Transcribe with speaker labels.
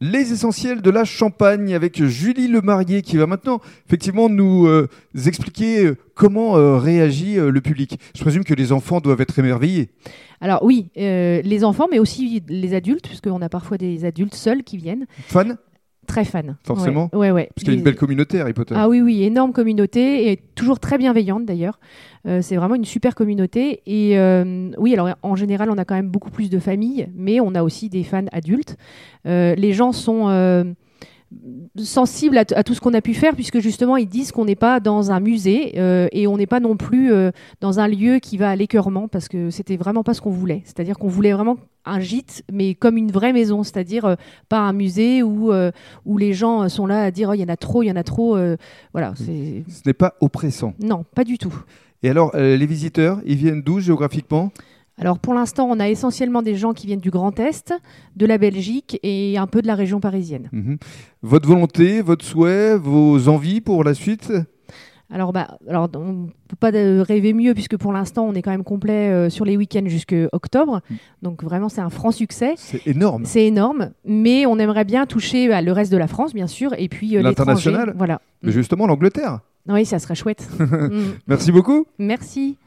Speaker 1: Les essentiels de la Champagne avec Julie Lemarié qui va maintenant effectivement nous euh, expliquer euh, comment euh, réagit euh, le public. Je présume que les enfants doivent être émerveillés.
Speaker 2: Alors oui, euh, les enfants, mais aussi les adultes, puisqu'on a parfois des adultes seuls qui viennent,
Speaker 1: Fan
Speaker 2: très fans.
Speaker 1: Forcément.
Speaker 2: Ouais, ouais, ouais.
Speaker 1: Parce qu'il y a
Speaker 2: Les-
Speaker 1: une belle communauté Harry Potter.
Speaker 2: Ah oui, oui, énorme communauté et toujours très bienveillante d'ailleurs. Euh, c'est vraiment une super communauté. Et euh, oui, alors en général, on a quand même beaucoup plus de familles, mais on a aussi des fans adultes. Euh, les gens sont euh, sensibles à, t- à tout ce qu'on a pu faire, puisque justement, ils disent qu'on n'est pas dans un musée euh, et on n'est pas non plus euh, dans un lieu qui va à l'écœurement, parce que c'était vraiment pas ce qu'on voulait. C'est-à-dire qu'on voulait vraiment un gîte, mais comme une vraie maison, c'est-à-dire euh, pas un musée où. euh, où les gens euh, sont là à dire Oh, il y en a trop, il y en a trop. euh,
Speaker 1: Mm.
Speaker 2: voilà, c'est
Speaker 1: Ce n'est pas oppressant.
Speaker 2: non, pas du tout.
Speaker 1: Et alors, euh, les visiteurs, ils viennent d'où géographiquement
Speaker 2: Alors pour l'instant, on a essentiellement des gens qui viennent du Grand Est, de la Belgique et un peu de la région parisienne.
Speaker 1: Mhm. Votre volonté, votre souhait, vos envies pour la suite
Speaker 2: Alors bah, alors on ne peut pas euh, rêver mieux puisque pour l'instant, on est quand même complet euh, sur les week-ends jusque octobre.
Speaker 1: Mm.
Speaker 2: Donc vraiment, c'est un franc succès.
Speaker 1: C'est énorme.
Speaker 2: C'est énorme, mais on aimerait bien toucher bah, le reste de la France, bien sûr, et puis euh,
Speaker 1: L'international
Speaker 2: l'étranger. Voilà.
Speaker 1: Mais justement, l'Angleterre.
Speaker 2: Oui, ça serait chouette. Mm.
Speaker 1: Merci beaucoup.
Speaker 2: Merci.